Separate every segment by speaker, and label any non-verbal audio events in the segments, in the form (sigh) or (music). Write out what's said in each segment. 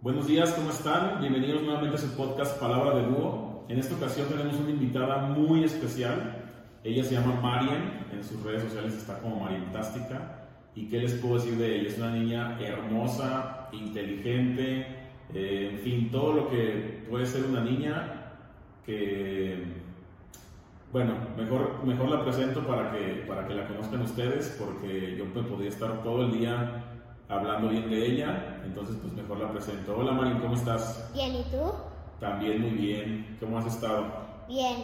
Speaker 1: Buenos días, ¿cómo están? Bienvenidos nuevamente a su podcast Palabra de Búho. En esta ocasión tenemos una invitada muy especial. Ella se llama Marian, en sus redes sociales está como Mariantástica. ¿Y qué les puedo decir de ella? Es una niña hermosa, inteligente, eh, en fin, todo lo que puede ser una niña que... Bueno, mejor, mejor la presento para que, para que la conozcan ustedes, porque yo me podría estar todo el día hablando bien de ella, entonces pues mejor la presento. Hola Marian, ¿cómo estás?
Speaker 2: Bien, ¿y tú?
Speaker 1: También muy bien. ¿Cómo has estado?
Speaker 2: Bien,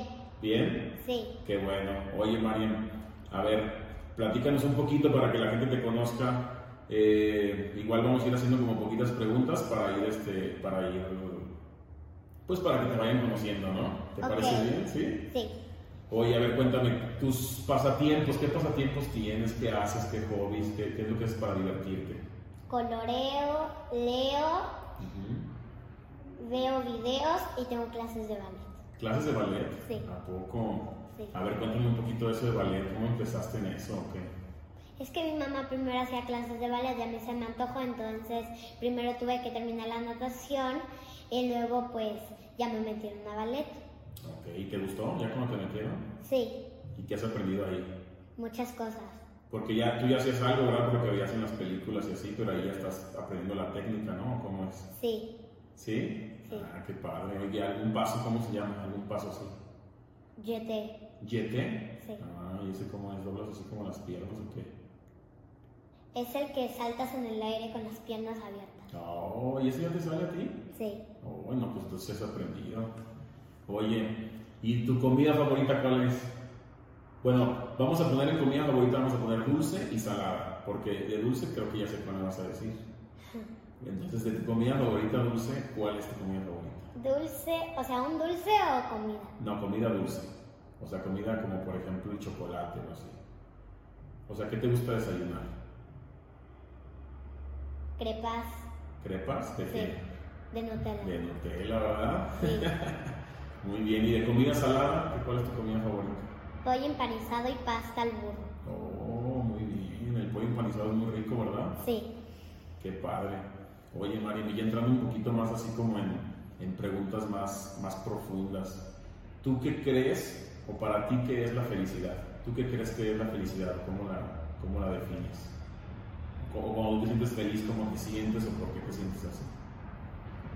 Speaker 1: ¿Bien?
Speaker 2: sí.
Speaker 1: Qué bueno. Oye, Marian, a ver, platícanos un poquito para que la gente te conozca. Eh, igual vamos a ir haciendo como poquitas preguntas para ir, este, para ir, pues para que te vayan conociendo, ¿no? ¿Te
Speaker 2: Ok.
Speaker 1: parece bien? Sí.
Speaker 2: Sí.
Speaker 1: Oye, a ver, cuéntame, tus pasatiempos, ¿qué pasatiempos tienes? ¿Qué haces? ¿Qué hobbies? ¿Qué, qué es lo que es para divertirte?
Speaker 2: Coloreo, leo,
Speaker 1: Ujú.
Speaker 2: veo videos y tengo clases de ballet.
Speaker 1: ¿Clases de ballet?
Speaker 2: Sí.
Speaker 1: ¿A poco?
Speaker 2: Sí.
Speaker 1: A ver, cuéntame un poquito de eso de ballet, ¿cómo empezaste en eso? o qué?
Speaker 2: Es que mi mamá primero hacía clases de ballet y a mí se me antojó, entonces primero tuve que terminar la natación y luego pues ya me metieron a ballet.
Speaker 1: Ok, ¿y te gustó ya cuando te metieron?
Speaker 2: Sí,
Speaker 1: ¿Y qué has aprendido ahí?
Speaker 2: muchas cosas.
Speaker 1: Porque ya tú ya hacías algo, ¿verdad? Por lo que veías en las películas y así, pero ahí ya estás aprendiendo la técnica, ¿no? ¿Cómo es?
Speaker 2: Sí,
Speaker 1: ¿Sí?
Speaker 2: Sí.
Speaker 1: Ah, qué padre. Oye, ¿algún paso, cómo se llama? ¿Algún paso así?
Speaker 2: yo te...
Speaker 1: ¿Yete?
Speaker 2: Sí.
Speaker 1: Ah, ¿y ese cómo es? ¿Doblas así como las piernas o qué?
Speaker 2: Es el que saltas en el aire con las piernas abiertas.
Speaker 1: Oh, ¿y ese ya te sale a ti?
Speaker 2: Sí,
Speaker 1: Oh, bueno, pues entonces has aprendido. Oye, ¿y tu comida favorita cuál es? Bueno, vamos a poner en comida favorita, vamos a poner dulce y salada, porque de dulce creo que ya sé cuál me vas a decir. Entonces, de tu comida favorita dulce, ¿cuál es tu comida favorita?
Speaker 2: dulce, o sea, un dulce o comida.
Speaker 1: No, comida dulce. O sea, comida como por ejemplo el chocolate o así. O sea, ¿qué te gusta desayunar?
Speaker 2: Crepas
Speaker 1: ¿Crepas? ¿De
Speaker 2: sí,
Speaker 1: qué?
Speaker 2: de Nutella.
Speaker 1: De Nutella, ¿verdad?
Speaker 2: Sí.
Speaker 1: Muy bien, ¿y de comida salada? ¿Cuál es tu comida favorita?
Speaker 2: Pollo empanizado y pasta al burro.
Speaker 1: Oh, muy bien. El pollo empanizado es muy rico, ¿verdad?
Speaker 2: Sí.
Speaker 1: Qué padre. Oye, María, y ya entrando un poquito más así como en, en preguntas más, más profundas. ¿Tú qué crees o para ti qué es la felicidad? ¿Tú qué crees que es la felicidad? ¿Cómo la, cómo la defines? ¿Cómo, cuando te sientes feliz, cómo te sientes o por qué te sientes así?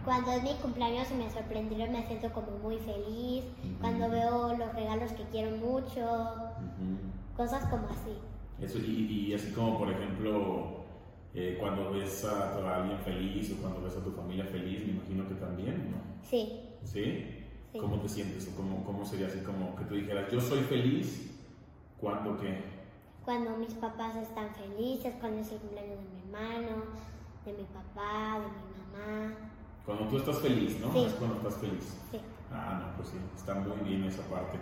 Speaker 2: Cuando es mi cumpleaños y me sorprendieron, me siento como muy feliz.
Speaker 1: Ujú.
Speaker 2: Cuando veo los regalos que quiero mucho,
Speaker 1: Ujú.
Speaker 2: cosas como así.
Speaker 1: Eso, y, y así como, por ejemplo, eh, cuando ves a, a alguien feliz o cuando ves a tu familia feliz, me imagino que también, ¿no?
Speaker 2: Sí,
Speaker 1: ¿Sí?
Speaker 2: Sí.
Speaker 1: ¿Cómo te sientes? ¿O cómo, cómo sería así como que tú dijeras, yo soy feliz cuando que...
Speaker 2: cuando mis papás están felices, cuando es el cumpleaños de mi hermano, de mi papá, de mi mamá.
Speaker 1: Cuando tú estás feliz, ¿no?
Speaker 2: Sí.
Speaker 1: Es cuando estás feliz.
Speaker 2: Sí.
Speaker 1: Ah, no, pues sí, está muy bien esa parte.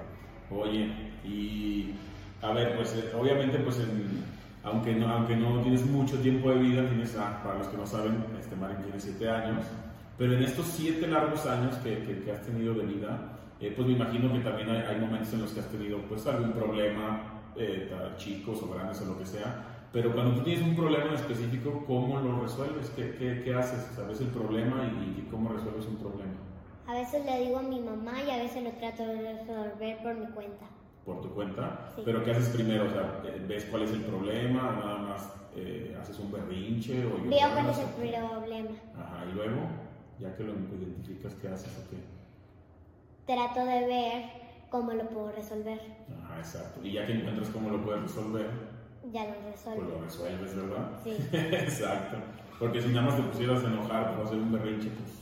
Speaker 1: Oye, y a ver, pues eh, obviamente, pues en- aunque, no, aunque no tienes mucho tiempo de vida, tienes, ah, para los que no saben, este Mario tiene siete años, pero en estos siete largos años que, que- que has tenido de vida, eh, pues me imagino que también hay, hay momentos en los que has tenido pues algún problema, eh, para chicos o grandes o lo que sea, pero cuando tú tienes un problema en específico, ¿cómo lo resuelves? ¿Qué, qué- qué haces? ¿Sabes el problema y- y cómo resuelves un problema?
Speaker 2: A veces le digo a mi mamá y a veces lo trato de resolver por mi cuenta.
Speaker 1: por tu cuenta,
Speaker 2: Sí.
Speaker 1: pero ¿qué haces primero? O sea, eh, ¿ves cuál es el problema? ¿O nada más eh, haces un berrinche? O
Speaker 2: Veo cuál
Speaker 1: lloras?
Speaker 2: es el problema.
Speaker 1: Ajá, y luego, ya que lo identificas, ¿qué haces? o qué?
Speaker 2: Trato de ver cómo lo puedo resolver.
Speaker 1: Ajá, exacto. Y ya que encuentras cómo lo puedes resolver,
Speaker 2: Ya lo
Speaker 1: pues
Speaker 2: resuelvo.
Speaker 1: lo resuelves, ¿verdad? (laughs)
Speaker 2: Sí.
Speaker 1: exacto. Porque si nada más te pusieras a enojar por hacer un berrinche, pues,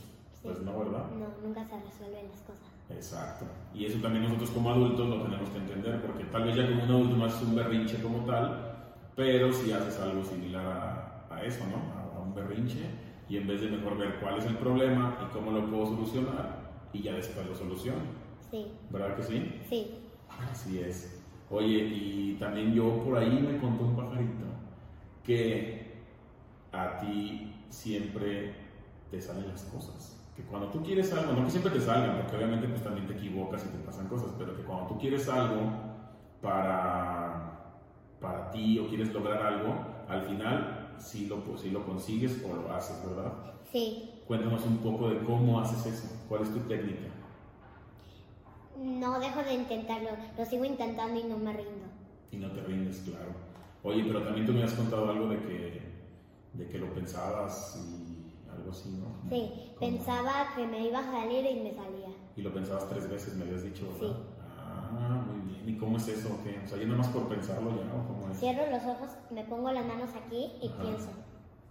Speaker 1: pues
Speaker 2: Sí.
Speaker 1: no, ¿verdad?
Speaker 2: No, nunca se resuelven las cosas.
Speaker 1: Exacto. Y eso también nosotros como adultos lo tenemos que entender, porque tal vez ya como un adulto no haces un berrinche como tal, pero si haces algo similar a, a eso, ¿no? A, a un berrinche, y en vez de mejor ver cuál es el problema y cómo lo puedo solucionar, y ya después lo soluciono.
Speaker 2: Sí,
Speaker 1: ¿Verdad que sí?
Speaker 2: sí.
Speaker 1: Así es. Oye, y también yo por ahí me contó un pajarito que a ti siempre te salen las cosas. Que cuando tú quieres algo, no que siempre te salgan, porque obviamente pues también te equivocas y te pasan cosas, pero que cuando tú quieres algo para, para ti o quieres lograr algo, al final sí lo, sí lo consigues o lo haces, ¿verdad?
Speaker 2: Sí,
Speaker 1: Cuéntanos un poco de cómo haces eso, cuál es tu técnica.
Speaker 2: No dejo de intentarlo, lo sigo intentando y no me rindo.
Speaker 1: Y no te rindes, claro. Oye, pero también tú me has contado algo de que, de que lo pensabas y algo así, ¿no?
Speaker 2: Sí,
Speaker 1: ¿Cómo?
Speaker 2: pensaba que me iba a salir y me salía.
Speaker 1: Y lo pensabas tres veces, me habías dicho, ¿verdad?
Speaker 2: Sí.
Speaker 1: Ah, muy bien. ¿Y cómo es eso? o qué? O sea, yo nada más por pensarlo ya, ¿o cómo es?
Speaker 2: Cierro los ojos, me pongo las manos aquí y
Speaker 1: Ajá.
Speaker 2: pienso.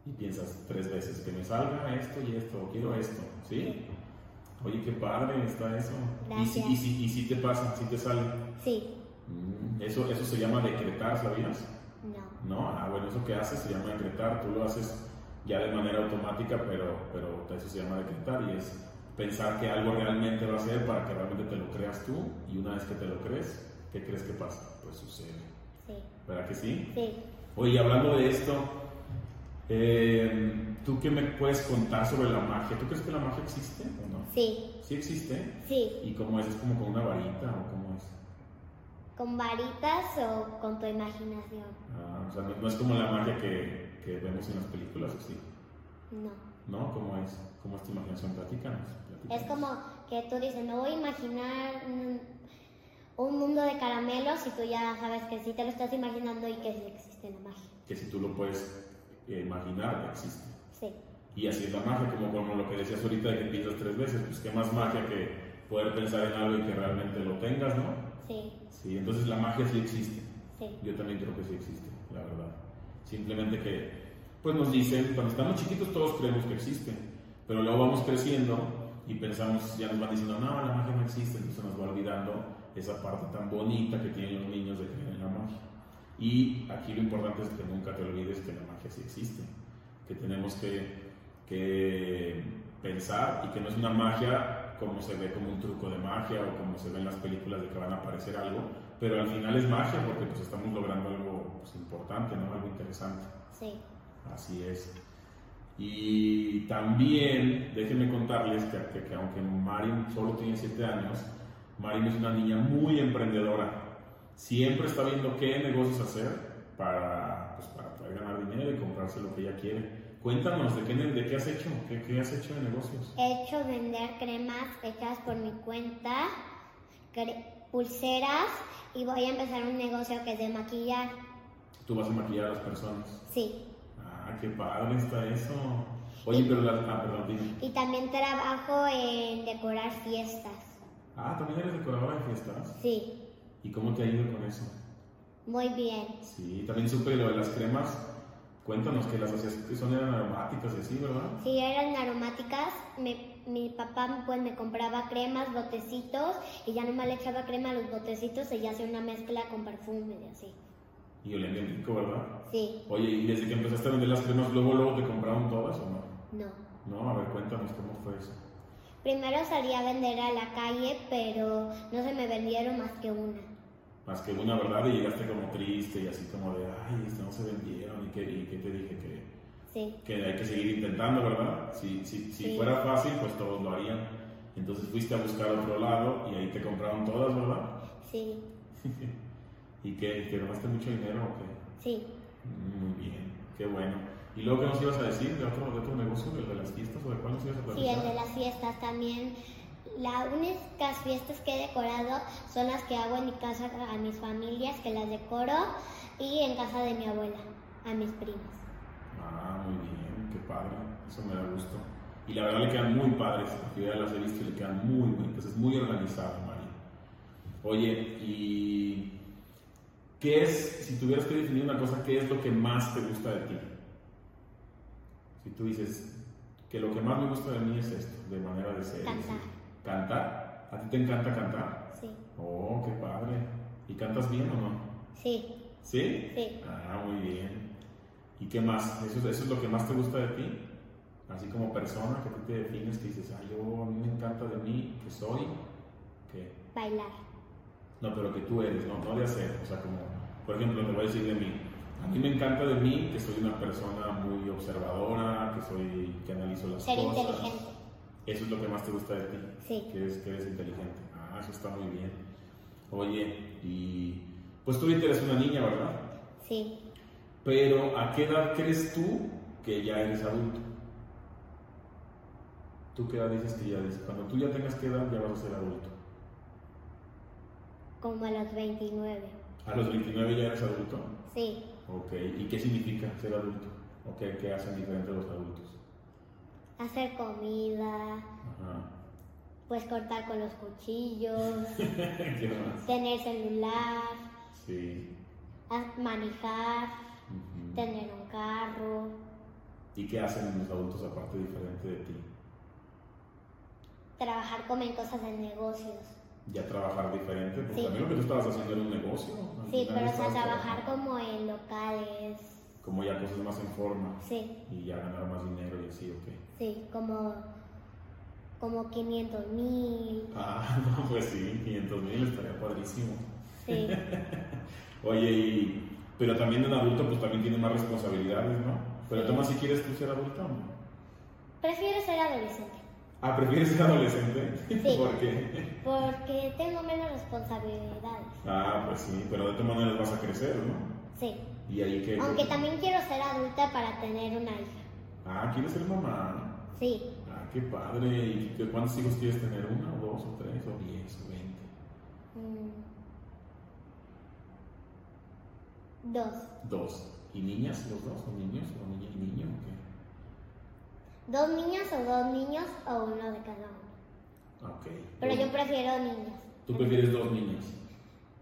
Speaker 1: Y piensas tres veces, que me salga esto y esto, o quiero esto, ¿sí? Oye, qué padre está eso. Y si,
Speaker 2: Gracias.
Speaker 1: y si, y si te pasa, si te sale.
Speaker 2: Sí,
Speaker 1: Mm, Eso, eso se llama decretar, ¿sabías?
Speaker 2: no.
Speaker 1: No, ah, bueno, eso que haces se llama decretar, tú lo haces ya de manera automática, pero, pero eso se llama decretar y es pensar que algo realmente va a ser para que realmente te lo creas tú y una vez que te lo crees, ¿qué crees que pasa? Pues sucede,
Speaker 2: Sí,
Speaker 1: ¿verdad que sí?
Speaker 2: sí.
Speaker 1: Oye, hablando de esto, eh, ¿tú qué me puedes contar sobre la magia? ¿Tú crees que la magia existe o no?
Speaker 2: Sí,
Speaker 1: Sí existe.
Speaker 2: sí.
Speaker 1: ¿Y cómo es? ¿Es como con una varita o cómo es?
Speaker 2: ¿Con varitas o con tu imaginación?
Speaker 1: Ah, o sea, no, no es como la magia que, que vemos en las películas, ¿o sí?
Speaker 2: No.
Speaker 1: ¿No? ¿Cómo es? ¿Cómo es tu imaginación? Platícanos. platícanos.
Speaker 2: Es como que tú dices, me voy a imaginar un, un mundo de caramelos y tú ya sabes que sí te lo estás imaginando y que sí existe la magia.
Speaker 1: Que si tú lo puedes eh, imaginar, existe.
Speaker 2: Sí,
Speaker 1: Y así es la magia, como, como lo que decías ahorita de que piensas tres veces, pues qué más magia que poder pensar en algo y que realmente lo tengas, ¿no?
Speaker 2: sí,
Speaker 1: Sí, entonces la magia sí existe.
Speaker 2: sí,
Speaker 1: Yo también creo que sí existe, la verdad. Simplemente que, pues nos dicen, cuando estamos chiquitos todos creemos que existe, pero luego vamos creciendo y pensamos, ya nos van diciendo, no, la magia no existe, entonces se nos va olvidando esa parte tan bonita que tienen los niños de creer en la magia. Y aquí lo importante es que nunca te olvides que la magia sí existe, que tenemos que, que pensar y que no es una magia como se ve como un truco de magia o como se ve en las películas de que van a aparecer algo, pero al final es magia porque pues estamos logrando algo pues, importante, ¿no? algo interesante.
Speaker 2: sí.
Speaker 1: Así es. Y también, déjenme contarles que, que- que aunque Marion solo tiene 7 años, Marion es una niña muy emprendedora. Siempre está viendo qué negocios hacer para, pues, para poder ganar dinero y comprarse lo que ella quiere. Cuéntanos, ¿de qué, ne- de qué has hecho? ¿Qué, qué has hecho de negocios?
Speaker 2: He hecho vender cremas hechas por mi cuenta, cre- pulseras y voy a empezar un negocio que es de maquillar.
Speaker 1: Tú vas a maquillar a las personas.
Speaker 2: Sí.
Speaker 1: Ah, qué padre está eso. Oye, pero la... Ah, perdón, dime.
Speaker 2: Y también trabajo en decorar fiestas.
Speaker 1: Ah, también eres decoradora de fiestas.
Speaker 2: Sí,
Speaker 1: ¿Y cómo te ha ido con eso?
Speaker 2: muy bien.
Speaker 1: Sí, también supe lo de las cremas. Cuéntanos que las hacías que son eran aromáticas y así, ¿verdad?
Speaker 2: Si eran aromáticas, me- mi papá pues me compraba cremas, botecitos y ya nomás le echaba crema a los botecitos y ya hacía una mezcla con perfume y así.
Speaker 1: Y olían bien rico, ¿verdad?
Speaker 2: Sí,
Speaker 1: Oye, y desde que empezaste a vender las cremas, luego, luego te compraron todas o no?
Speaker 2: no.
Speaker 1: No, a ver, cuéntanos cómo fue eso.
Speaker 2: Primero salí a vender a la calle, pero no se me vendieron más que una.
Speaker 1: Más que una, ¿verdad? Y llegaste como triste y así como de, ay, esto no se vendieron y que, y que te dije que,
Speaker 2: Sí,
Speaker 1: que hay que seguir intentando, ¿verdad? Si, si, si
Speaker 2: Sí.
Speaker 1: fuera fácil, pues todos lo harían. Entonces fuiste a buscar otro lado y ahí te compraron todas, ¿verdad?
Speaker 2: sí,
Speaker 1: ¿Y que ¿Te ganaste mucho dinero o qué?
Speaker 2: sí.
Speaker 1: Muy bien, qué bueno. ¿Y luego qué nos ibas a decir de otro, de otro negocio, del de las fiestas o de cuál nos ibas a
Speaker 2: Sí,
Speaker 1: platicar?
Speaker 2: el de las fiestas también. Las únicas fiestas que he decorado son las que hago en mi casa a mis familias, que las decoro, y en casa de mi abuela, a mis primas.
Speaker 1: Ah, muy bien, qué padre, eso me da gusto. Y la verdad le quedan muy padres, porque yo ya las he visto y le quedan muy bonitas, es muy organizado, María. Oye, ¿y qué es, si tuvieras que definir una cosa, qué es lo que más te gusta de ti? Si tú dices que lo que más me gusta de mí es esto, de manera de ser.
Speaker 2: Cantar.
Speaker 1: ¿Cantar? ¿A ti te encanta cantar?
Speaker 2: Sí,
Speaker 1: Oh, qué padre. ¿Y cantas bien o no?
Speaker 2: sí,
Speaker 1: ¿Sí?
Speaker 2: sí,
Speaker 1: Ah, muy bien. ¿Y qué más? ¿Eso, eso es lo que más te gusta de ti? Así como persona, que tú te defines, que dices, ah, yo, a mí me encanta de mí, que soy, que...
Speaker 2: bailar.
Speaker 1: No, pero que tú eres, no, no de hacer. O sea, como, por ejemplo, te voy a decir de mí. A mí me encanta de mí que soy una persona muy observadora, que soy, que analizo las
Speaker 2: Ser
Speaker 1: cosas.
Speaker 2: inteligente.
Speaker 1: Eso es lo que más te gusta de ti.
Speaker 2: Sí,
Speaker 1: que eres, que eres inteligente. Ah, eso está muy bien. Oye, y pues tú ahorita eres una niña, ¿verdad?
Speaker 2: sí.
Speaker 1: Pero ¿a qué edad crees tú que ya eres adulto? ¿Tú qué edad dices que ya es? Cuando tú ya tengas que edad, ya vas a ser adulto.
Speaker 2: como a los 29.
Speaker 1: A los 29 ya eres adulto.
Speaker 2: Sí,
Speaker 1: Ok. ¿Y qué significa ser adulto? ¿O qué, qué hacen diferente los adultos?
Speaker 2: hacer comida,
Speaker 1: Ajá.
Speaker 2: pues cortar con los
Speaker 1: (laughs)
Speaker 2: cuchillos,
Speaker 1: ¿Qué más?
Speaker 2: tener celular,
Speaker 1: Sí.
Speaker 2: a- manejar,
Speaker 1: Ujú.
Speaker 2: tener un carro,
Speaker 1: ¿Y qué hacen los adultos aparte diferente de ti?
Speaker 2: trabajar como en cosas de negocios.
Speaker 1: Ya trabajar diferente, porque
Speaker 2: Sí.
Speaker 1: también lo que tú estabas haciendo era un negocio. al
Speaker 2: Sí,
Speaker 1: final
Speaker 2: pero o sea,
Speaker 1: estabas
Speaker 2: trabajar
Speaker 1: trabajando.
Speaker 2: como en locales.
Speaker 1: Como ya cosas más en forma
Speaker 2: Sí,
Speaker 1: y ya ganar más dinero y así, ok.
Speaker 2: sí, como, como 500 mil.
Speaker 1: Ah, (laughs) no, pues sí, 500 mil estaría padrísimo. (laughs)
Speaker 2: Sí,
Speaker 1: Oye, y, pero también un adulto pues también tiene más responsabilidades, ¿no? Pero toma si quieres tú ser adulto. o no?
Speaker 2: prefiero ser adolescente
Speaker 1: Ah, prefieres ser adolescente. (laughs)
Speaker 2: Sí.
Speaker 1: ¿Por qué?
Speaker 2: porque tengo menos responsabilidades.
Speaker 1: Ah, pues sí, pero de todas maneras vas a crecer, ¿no?
Speaker 2: Sí,
Speaker 1: Y ahí que...
Speaker 2: aunque también quiero ser adulta para tener una hija.
Speaker 1: Ah, ¿quieres ser mamá?
Speaker 2: Sí,
Speaker 1: Ah, qué padre. ¿Y qué- cuántos hijos quieres tener? ¿Una, o dos, o tres, o diez, o veinte?
Speaker 2: mm, dos.
Speaker 1: Dos. ¿Y niñas los dos? ¿O niños? ¿O niña y niño? ¿O qué?
Speaker 2: Dos niñas o dos niños o uno de cada uno.
Speaker 1: Ah, Ok.
Speaker 2: Pero yo prefiero niños.
Speaker 1: ¿Tú prefieres dos niñas?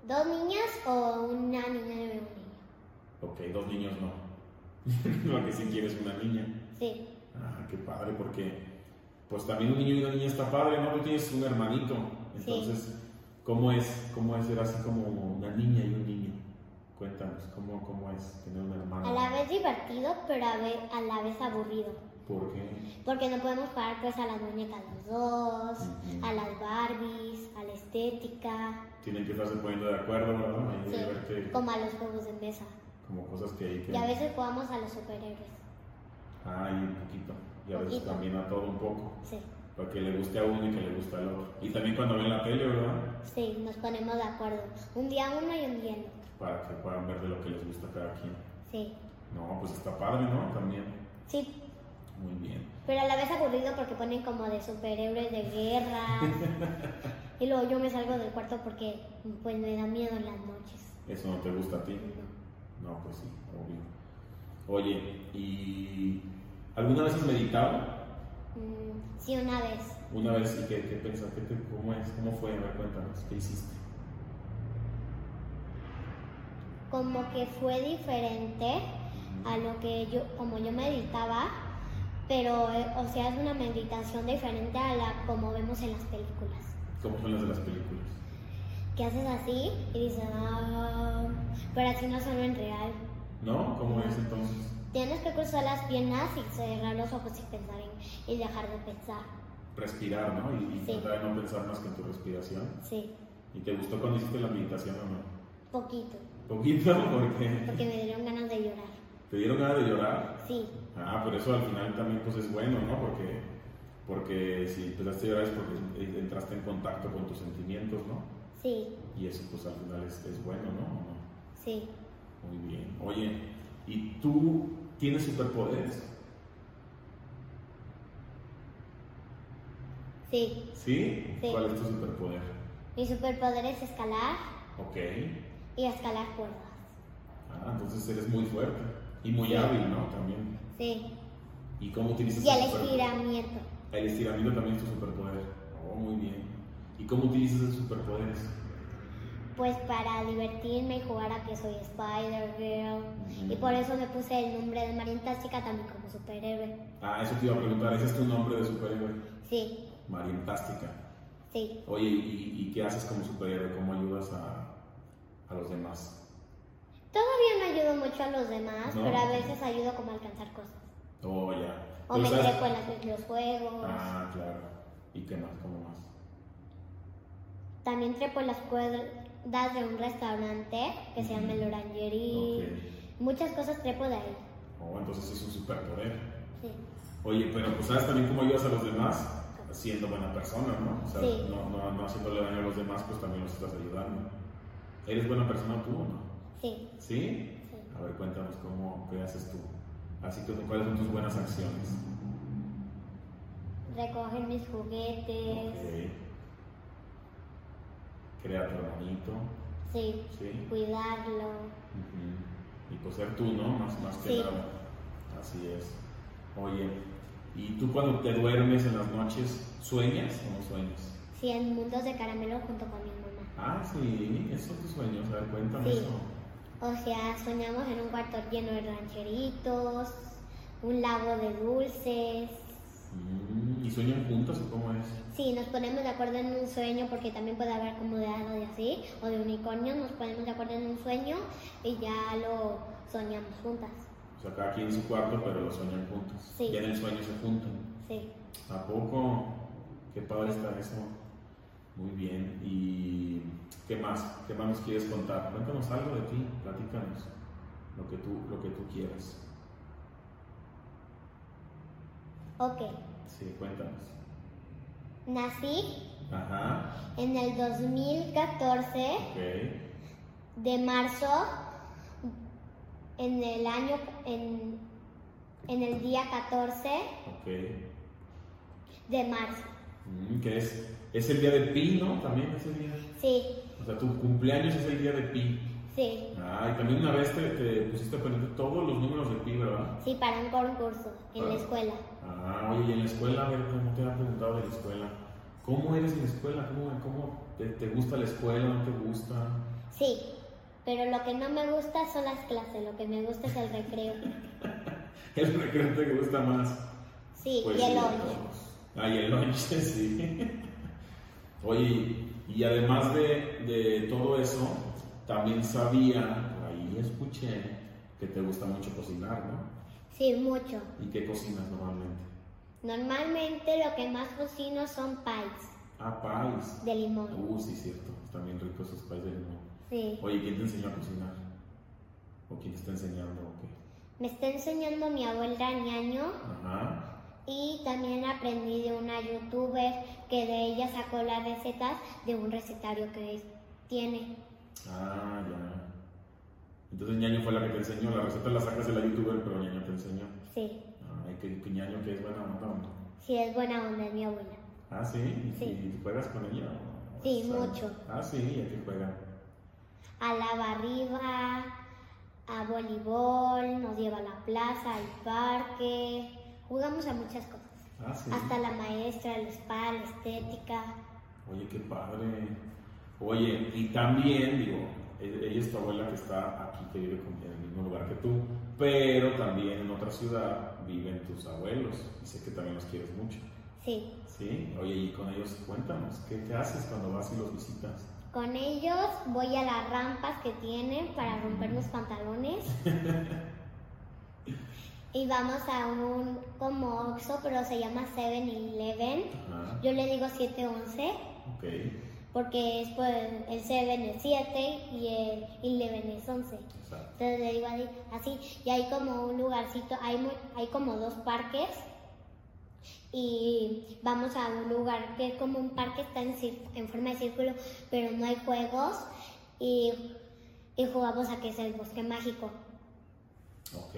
Speaker 2: Dos niñas o una niña y un niño.
Speaker 1: Ok, dos niños no. (laughs) Porque si quieres una niña.
Speaker 2: Sí,
Speaker 1: Ah, qué padre, porque pues también un niño y una niña está padre, ¿no? Tú tienes un hermanito. Entonces, ¿cómo es? ¿Cómo es ser así como una niña y un niño? Cuéntanos, ¿cómo, cómo es tener un hermano?
Speaker 2: a la vez divertido, pero a, ve- a la vez aburrido.
Speaker 1: ¿Por qué?
Speaker 2: Porque no podemos jugar pues a las muñecas los dos,
Speaker 1: Ujú.
Speaker 2: a las Barbies, a la estética,
Speaker 1: Tienen que estarse poniendo de acuerdo, ¿verdad? Ahí
Speaker 2: sí,
Speaker 1: de verte
Speaker 2: como a los juegos de mesa.
Speaker 1: como cosas que hay que...
Speaker 2: Y a veces jugamos a los superhéroes.
Speaker 1: Ah, y un poquito. Y a veces
Speaker 2: Poquito.
Speaker 1: también a todo un poco.
Speaker 2: Sí,
Speaker 1: Para que le guste a uno y que le guste al otro. Y también cuando ven la tele, ¿verdad?
Speaker 2: sí, nos ponemos de acuerdo. Un día uno y un día el otro.
Speaker 1: Para que puedan ver de lo que les gusta a cada quien.
Speaker 2: Sí,
Speaker 1: No, pues está padre, ¿no? También.
Speaker 2: sí,
Speaker 1: Muy bien.
Speaker 2: Pero a la vez aburrido porque ponen como de superhéroes de guerra. y luego yo me salgo del cuarto porque pues me da miedo en las noches.
Speaker 1: Eso no te gusta a ti. No, pues sí, obvio. Oye, ¿y alguna vez has meditado?
Speaker 2: Mm, sí, una vez.
Speaker 1: Una vez, ¿y qué, qué pensaste? ¿Qué te- ¿Cómo es? ¿Cómo fue? A ver, cuéntanos, ¿qué hiciste?
Speaker 2: Como que fue diferente a lo que yo, como yo meditaba. Pero, eh, o sea, es una meditación diferente a la como vemos en las películas.
Speaker 1: ¿Cómo son las de las películas?
Speaker 2: Que haces así y dices, ah, pero así no son en real.
Speaker 1: ¿No? ¿Cómo es entonces?
Speaker 2: Tienes que cruzar las piernas y cerrar los ojos y pensar en, y dejar de pensar.
Speaker 1: Respirar, ¿no? Y, y
Speaker 2: Sí.
Speaker 1: tratar de no pensar más que en tu respiración.
Speaker 2: Sí,
Speaker 1: ¿Y te gustó cuando hiciste la meditación o no?
Speaker 2: poquito,
Speaker 1: Poquito, (laughs) porque
Speaker 2: porque me dieron ganas de llorar.
Speaker 1: te dieron ganas de llorar.
Speaker 2: Sí,
Speaker 1: Ah, pero eso al final también pues es bueno, ¿no? Porque, porque si empezaste a llorar es porque en- entraste en contacto con tus sentimientos, ¿no?
Speaker 2: sí,
Speaker 1: Y eso pues al final es, es bueno, ¿no?
Speaker 2: sí,
Speaker 1: Muy bien. Oye, ¿y tú tienes superpoderes?
Speaker 2: sí.
Speaker 1: ¿Sí?
Speaker 2: Sí.
Speaker 1: ¿Cuál es tu superpoder?
Speaker 2: Mi superpoder es escalar
Speaker 1: Ok.
Speaker 2: y escalar cuerdas.
Speaker 1: Ah, entonces eres muy fuerte y muy
Speaker 2: Sí.
Speaker 1: hábil, ¿no? También.
Speaker 2: Sí,
Speaker 1: ¿Y cómo utilizas
Speaker 2: y el
Speaker 1: superpoder?
Speaker 2: estiramiento.
Speaker 1: El estiramiento también es tu superpoder. Oh, muy bien. ¿Y cómo utilizas esos superpoderes?
Speaker 2: Pues para divertirme y jugar a que soy Spider-Girl. Y por eso me puse el nombre de Mariantástica también como superhéroe.
Speaker 1: Ah, eso te iba a preguntar, ¿ese es tu nombre de superhéroe?
Speaker 2: Sí,
Speaker 1: Mariantástica.
Speaker 2: sí.
Speaker 1: Oye, ¿y, y qué haces como superhéroe? ¿Cómo ayudas a, a los demás?
Speaker 2: Todavía no ayudo mucho a los demás,
Speaker 1: No.
Speaker 2: pero a veces ayudo como a alcanzar cosas.
Speaker 1: Oh, ya.
Speaker 2: O
Speaker 1: Pero
Speaker 2: me
Speaker 1: sabes-
Speaker 2: trepo en las- los juegos.
Speaker 1: Ah, claro. ¿Y qué más? ¿Cómo más?
Speaker 2: También trepo las cuerdas de un restaurante que se llama El Orangerie.
Speaker 1: Ok.
Speaker 2: Muchas cosas trepo de ahí.
Speaker 1: Oh, entonces es un superpoder.
Speaker 2: Sí.
Speaker 1: Oye, pero pues sabes también cómo ayudas a los demás siendo buena persona, ¿no? O sea,
Speaker 2: Sí.
Speaker 1: no, no, no haciéndole daño a los demás, pues también los estás ayudando. ¿Eres buena persona tú o no?
Speaker 2: Sí.
Speaker 1: ¿Sí?
Speaker 2: sí.
Speaker 1: A ver, cuéntanos cómo, qué haces tú. Así que, ¿cuáles son tus buenas acciones?
Speaker 2: recogen mis juguetes,
Speaker 1: Ok. Crear tu hermanito,
Speaker 2: sí,
Speaker 1: ¿sí?
Speaker 2: cuidarlo.
Speaker 1: Ujú. Y pues ser tú, ¿no? Más, más que
Speaker 2: Sí.
Speaker 1: nada. Así es. Oye, ¿y tú cuando te duermes en las noches, sueñas o no sueñas?
Speaker 2: Sí, en Mundos de Caramelo junto con mi mamá.
Speaker 1: Ah, sí, esos son tus sueños. A ver, cuéntame
Speaker 2: Sí.
Speaker 1: eso.
Speaker 2: O sea, soñamos en un cuarto lleno de rancheritos, un lago de dulces.
Speaker 1: Mm, ¿Y sueñan juntas o cómo es?
Speaker 2: Sí, nos ponemos de acuerdo en un sueño porque también puede haber como de hado y así, o de unicornio, nos ponemos de acuerdo en un sueño y ya lo soñamos juntas.
Speaker 1: O sea, cada quien en su cuarto, pero lo sueñan juntas.
Speaker 2: Sí.
Speaker 1: Ya en el sueño se juntan.
Speaker 2: Sí.
Speaker 1: ¿A poco? Qué padre está eso. Muy bien. ¿Y qué más? ¿Qué más nos quieres contar? Cuéntanos algo de ti, platícanos. Lo que tú, lo que tú quieras.
Speaker 2: Ok,
Speaker 1: Sí, cuéntanos.
Speaker 2: nací
Speaker 1: Ajá,
Speaker 2: en el 2014.
Speaker 1: ok.
Speaker 2: de marzo en el año en, en el día 14
Speaker 1: Ok.
Speaker 2: de marzo.
Speaker 1: Mm, que es, es el día de Pi, ¿no? También es el día.
Speaker 2: Sí,
Speaker 1: O sea, tu cumpleaños es el día de Pi.
Speaker 2: sí,
Speaker 1: Ah, y también una vez te, te pusiste a aprender todos los números de Pi, ¿verdad?
Speaker 2: sí, para un concurso en la escuela.
Speaker 1: Ah, oye, y en la escuela, a ver, ¿cómo te han preguntado de la escuela? ¿Cómo eres en la escuela? ¿Cómo, cómo te, te gusta la escuela? ¿No te gusta? (laughs)
Speaker 2: Sí, pero lo que no me gusta son las clases, lo que me gusta es el recreo.
Speaker 1: El recreo te gusta más.
Speaker 2: Sí,
Speaker 1: Pues
Speaker 2: y
Speaker 1: sí,
Speaker 2: el
Speaker 1: a
Speaker 2: otro.
Speaker 1: todos. Ah, y el lonche, (laughs) sí. Oye, y además de, de todo eso, también sabía, por ahí escuché, que te gusta mucho cocinar, ¿no?
Speaker 2: Sí, mucho.
Speaker 1: ¿Y qué cocinas normalmente?
Speaker 2: Normalmente lo que más cocino son pies
Speaker 1: Ah, pais.
Speaker 2: de limón.
Speaker 1: Uh, sí, cierto. Están bien ricos esos pais de limón.
Speaker 2: Sí.
Speaker 1: Oye, ¿quién te enseñó a cocinar? ¿O quién te está enseñando? ¿O qué?
Speaker 2: Me está enseñando mi abuela ñaño.
Speaker 1: Ajá.
Speaker 2: Y también aprendí de una youtuber que de ella sacó las recetas de un recetario que es- tiene.
Speaker 1: Ah, ya. Entonces ñaño fue la que te enseñó. La receta la sacas de la youtuber, pero ñaño te enseñó.
Speaker 2: Sí,
Speaker 1: Ay, que, que ñaño que es buena onda. ¿o no?
Speaker 2: sí es buena onda es mi abuela.
Speaker 1: Ah, sí. ¿Y,
Speaker 2: Sí.
Speaker 1: y juegas con ella? o- o
Speaker 2: Sí,
Speaker 1: sale?
Speaker 2: mucho.
Speaker 1: Ah, sí, ¿y a qué juega?
Speaker 2: A la barriba, a voleibol, nos lleva a la plaza, al parque. Jugamos a muchas cosas.
Speaker 1: Ah, sí.
Speaker 2: Hasta la maestra, el spa, la estética.
Speaker 1: Oye, qué padre. Oye, y también, digo, e- ella es tu abuela que está aquí, que vive con- en el mismo lugar que tú, pero también en otra ciudad viven tus abuelos y sé que también los quieres mucho.
Speaker 2: Sí,
Speaker 1: ¿Sí? Oye, y con ellos cuéntanos, ¿qué, qué haces cuando vas y los visitas?
Speaker 2: con ellos voy a las rampas que tienen para romper los pantalones. y vamos a un como Oxxo, pero se llama 7-Eleven.
Speaker 1: Ajá,
Speaker 2: Yo le digo 7-11
Speaker 1: Ah, ok.
Speaker 2: porque es pues el 7 es 7 y el 11 es 11.
Speaker 1: Exacto.
Speaker 2: Entonces le digo así, así, y hay como un lugarcito, hay, mu- hay como dos parques y vamos a un lugar que es como un parque, está en, cir- en forma de círculo, pero no hay juegos y, y jugamos a que es el bosque mágico.
Speaker 1: Ok.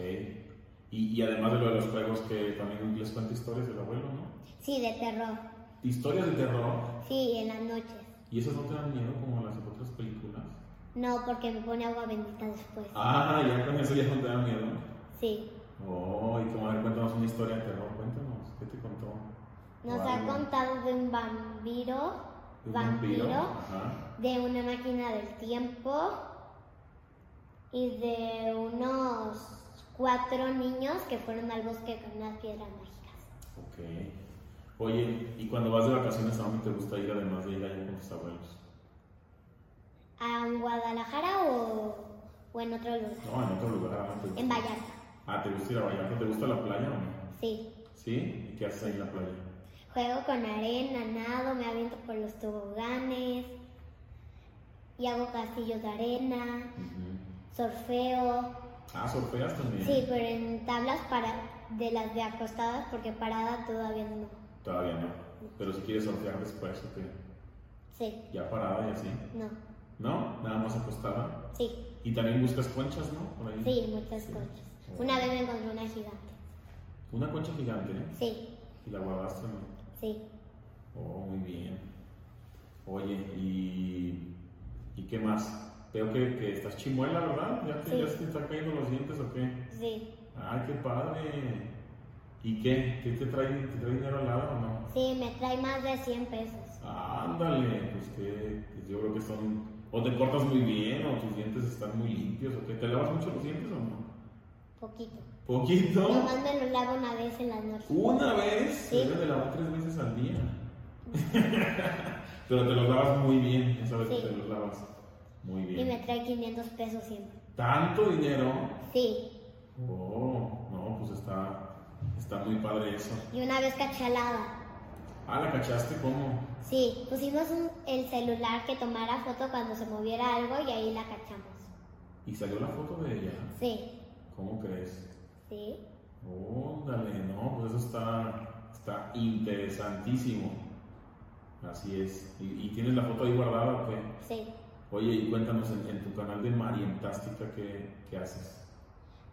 Speaker 1: Y, y además de lo de los juegos, que también les cuento historias del abuelo, ¿no?
Speaker 2: Sí, de terror,
Speaker 1: Historias de terror.
Speaker 2: sí, en las noches.
Speaker 1: ¿Y esas no te dan miedo como las otras películas?
Speaker 2: No, porque me pone agua bendita después.
Speaker 1: Ah, ya con eso ya no te da miedo.
Speaker 2: Sí,
Speaker 1: Oh, y como a ver, cuéntanos una historia de terror, cuéntanos, ¿qué te contó?
Speaker 2: nos
Speaker 1: O
Speaker 2: ha
Speaker 1: algo.
Speaker 2: contado de un vampiro,
Speaker 1: ¿Un
Speaker 2: vampiro,
Speaker 1: Ajá.
Speaker 2: de una máquina del tiempo y de unos cuatro niños que fueron al bosque con unas piedras mágicas.
Speaker 1: Ok. Oye, ¿y cuando vas de vacaciones a dónde te gusta ir además de ir allá con tus abuelos?
Speaker 2: ¿A Guadalajara o, o en otro lugar?
Speaker 1: No, en otro lugar, ¿a dónde te gusta?
Speaker 2: En Vallarta,
Speaker 1: Ah, ¿te gusta ir a Vallarta? ¿Te gusta la playa o no?
Speaker 2: sí.
Speaker 1: ¿Sí? ¿Y qué haces ahí en la playa?
Speaker 2: Juego con arena, nado, me aviento por los toboganes y hago castillos de arena,
Speaker 1: Ujú.
Speaker 2: surfeo.
Speaker 1: Ah, ¿sorfeas también?
Speaker 2: Sí, pero en tablas para de las de acostadas porque parada todavía no.
Speaker 1: Todavía no. Pero si quieres sorfear después, ok.
Speaker 2: Sí,
Speaker 1: Ya parada y así.
Speaker 2: no.
Speaker 1: ¿No? Nada más acostada.
Speaker 2: Sí,
Speaker 1: Y también buscas conchas, ¿no? Por ahí.
Speaker 2: sí, muchas conchas. Una vez me encontré una gigante.
Speaker 1: Una concha gigante, ¿eh?
Speaker 2: Sí,
Speaker 1: Y la guardaste, ¿no?
Speaker 2: Sí.
Speaker 1: Oh, muy bien. Oye, ¿y, y qué más? Veo que, que estás chimuela, ¿verdad? ¿Ya te,
Speaker 2: Sí.
Speaker 1: ya se te están cayendo los dientes o qué?
Speaker 2: Sí.
Speaker 1: ¡Ay, Ah, qué padre! ¿Y qué? ¿Qué te trae, te trae dinero al lado o no?
Speaker 2: Sí, me trae más de 100 pesos.
Speaker 1: Ándale, pues que pues yo creo que son... O te cortas muy bien, o tus dientes están muy limpios, o que te lavas mucho los dientes o no.
Speaker 2: Poquito.
Speaker 1: Poquito.
Speaker 2: Nomás me lo lavo una vez en la noche.
Speaker 1: Una vez,
Speaker 2: Sí.
Speaker 1: debes de lavar tres veces al día. (laughs) Pero te los lavas muy bien, ya sabes
Speaker 2: Sí.
Speaker 1: que te los lavas muy
Speaker 2: Y me
Speaker 1: bien.
Speaker 2: trae 500 pesos siempre.
Speaker 1: Tanto dinero.
Speaker 2: Sí.
Speaker 1: Oh, no, pues está, está muy padre eso.
Speaker 2: Y una vez cachalada.
Speaker 1: Ah, la cachaste cómo.
Speaker 2: Sí. Pusimos un- el celular que tomara foto cuando se moviera algo y ahí la cachamos.
Speaker 1: Y salió la foto de ella.
Speaker 2: Sí.
Speaker 1: ¿Cómo crees?
Speaker 2: Sí.
Speaker 1: Óndale, no, pues eso está, está interesantísimo. Así es. ¿Y, y tienes la foto ahí guardada o qué?
Speaker 2: Sí.
Speaker 1: Oye, y cuéntanos en, en tu canal de Marientástica qué, qué haces.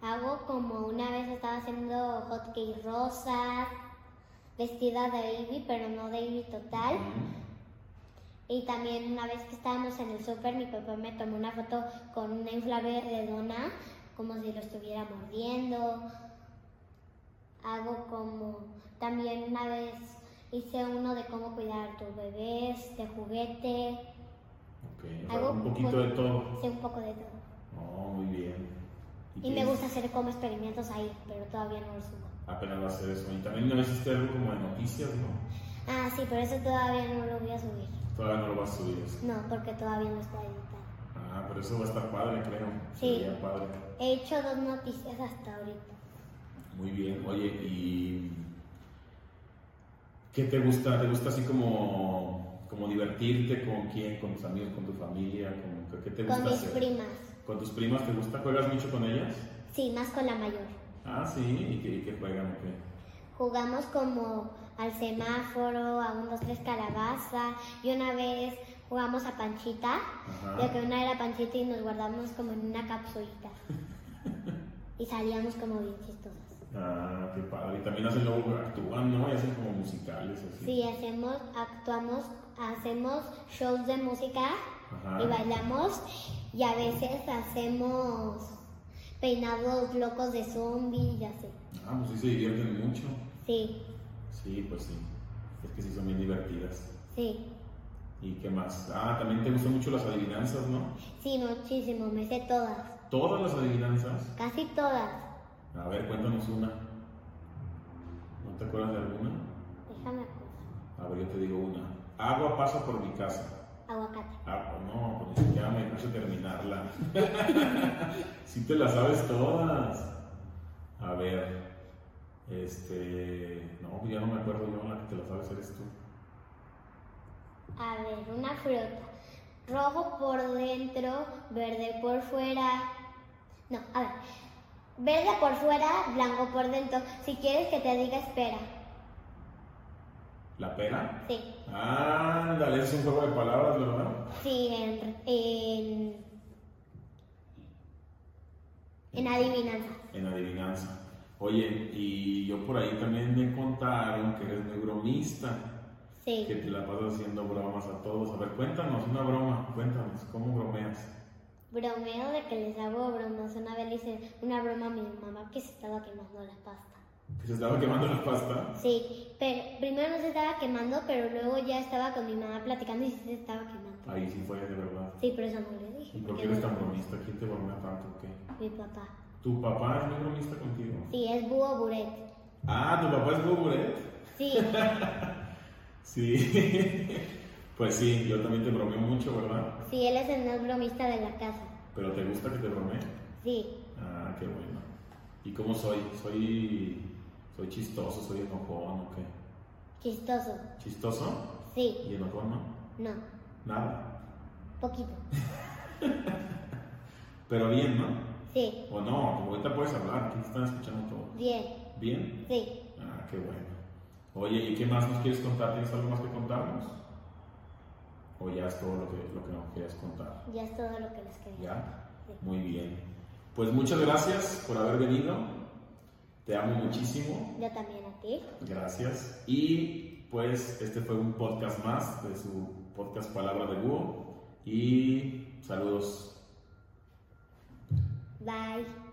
Speaker 2: Hago como una vez estaba haciendo hotcakes rosas, vestida de baby, pero no de baby total.
Speaker 1: Ujú.
Speaker 2: Y también una vez que estábamos en el súper, mi papá me tomó una foto con una inflable de dona, como si lo estuviera mordiendo. Hago como... También una vez hice uno de cómo cuidar a tus bebés, de juguete.
Speaker 1: Ok, o sea,
Speaker 2: Hago
Speaker 1: un poquito
Speaker 2: un-
Speaker 1: de todo.
Speaker 2: Hice un poco de todo.
Speaker 1: Oh, muy bien.
Speaker 2: Y me
Speaker 1: qué-
Speaker 2: gusta hacer como experimentos ahí, pero todavía no lo subo.
Speaker 1: Apenas va a hacer eso. Y también no hiciste algo como de noticias, ¿no?
Speaker 2: Ah, sí, pero eso todavía no lo voy a subir.
Speaker 1: Todavía no lo vas a subir. eso.
Speaker 2: No, porque todavía no está editado.
Speaker 1: Ah, pero eso va a estar padre, creo.
Speaker 2: Sí.
Speaker 1: Sería padre.
Speaker 2: He hecho dos noticias hasta ahorita.
Speaker 1: Muy bien. Oye, ¿y qué te gusta? ¿Te gusta así como, como divertirte con quién? ¿Con tus amigos? ¿Con tu familia? ¿Con, ¿Qué te gusta
Speaker 2: Con mis
Speaker 1: hacer?
Speaker 2: primas.
Speaker 1: ¿Con tus primas te gusta? ¿Juegas mucho con ellas?
Speaker 2: Sí, más con la mayor.
Speaker 1: Ah, sí. ¿Y qué, y qué juegan? o qué?
Speaker 2: Jugamos como al semáforo, a unos tres calabaza. Y una vez jugamos a panchita.
Speaker 1: Ajá.
Speaker 2: Ya que una era panchita y nos guardamos como en una capsulita. y salíamos como bien chistosas.
Speaker 1: Ah, qué padre. Y también hacen luego, actúan, ¿no? Y hacen como musicales, así.
Speaker 2: Sí, eh, hacemos, actuamos, hacemos shows de música
Speaker 1: Ajá.
Speaker 2: y bailamos y a veces hacemos peinados locos de zombies y así.
Speaker 1: Ah, pues sí se divierten mucho.
Speaker 2: Sí,
Speaker 1: Sí, pues sí. Es que sí son bien divertidas.
Speaker 2: sí,
Speaker 1: ¿Y qué más? Ah, también te gustan mucho las adivinanzas, ¿no?
Speaker 2: sí, muchísimo, me sé todas,
Speaker 1: Todas las adivinanzas.
Speaker 2: casi todas.
Speaker 1: A ver, cuéntanos una. ¿No te acuerdas de alguna?
Speaker 2: Déjame acordar.
Speaker 1: A ver, yo te digo una. Agua pasa por mi casa.
Speaker 2: Aguacate.
Speaker 1: Ah, pues no, pues ni siquiera me puse a terminarla. (laughs) sí te las sabes todas. A ver. Este. No, ya no me acuerdo yo, la que te la sabes eres tú.
Speaker 2: A ver, una fruta. Rojo por dentro, verde por fuera. No, a ver. Verde por fuera, blanco por dentro. Si quieres que te diga, espera.
Speaker 1: ¿La pera?
Speaker 2: Sí,
Speaker 1: Ándale, es un juego de palabras, ¿verdad?
Speaker 2: sí, en, en, en adivinanza.
Speaker 1: En adivinanza. Oye, y yo por ahí también me contaron que eres muy bromista,
Speaker 2: Sí.
Speaker 1: que te la pasas haciendo bromas a todos. A ver, cuéntanos una broma, cuéntanos, ¿cómo bromeas?
Speaker 2: Bromeo de que les hago bromas. Una vez le hice una broma a mi mamá que se estaba quemando la pasta.
Speaker 1: ¿Que se estaba quemando la pasta?
Speaker 2: Sí, pero primero no se estaba quemando, pero luego ya estaba con mi mamá platicando y sí se estaba quemando.
Speaker 1: Ahí sí fue, de verdad.
Speaker 2: Sí, pero eso no le dije.
Speaker 1: ¿Y por qué
Speaker 2: porque
Speaker 1: eres tan
Speaker 2: no-
Speaker 1: bromista? ¿Quién te bromea tanto? o ¿Qué?
Speaker 2: Mi papá.
Speaker 1: ¿Tu papá es muy bromista contigo?
Speaker 2: Sí, es búho buret.
Speaker 1: Ah, ¿tu papá es Buburet? (laughs)
Speaker 2: Sí,
Speaker 1: Sí. (laughs) pues sí, yo también te bromeo mucho, ¿verdad?
Speaker 2: sí, él es el más bromista de la casa.
Speaker 1: Pero ¿te gusta que te bromee?
Speaker 2: Sí,
Speaker 1: Ah, qué bueno. ¿Y cómo soy? ¿Soy, soy chistoso? ¿Soy enojón o qué?
Speaker 2: chistoso.
Speaker 1: ¿Chistoso?
Speaker 2: Sí,
Speaker 1: ¿Y enojón no?
Speaker 2: no,
Speaker 1: Nada.
Speaker 2: poquito.
Speaker 1: Pero bien, ¿no?
Speaker 2: Sí,
Speaker 1: O no, como ahorita puedes hablar, aquí te están escuchando todo.
Speaker 2: bien,
Speaker 1: ¿Bien?
Speaker 2: sí.
Speaker 1: Ah, qué bueno. Oye, ¿y qué más nos quieres contar? ¿Tienes algo más que contarnos? ¿O ya es todo lo que, lo que nos quieres contar?
Speaker 2: Ya es todo lo que les quería.
Speaker 1: ¿Ya?
Speaker 2: Sí.
Speaker 1: Muy bien. Pues muchas gracias por haber venido. Te amo muchísimo.
Speaker 2: Yo también a ti.
Speaker 1: Gracias. Y pues este fue un podcast más de su podcast Palabra de Búho. Y saludos.
Speaker 2: Bye.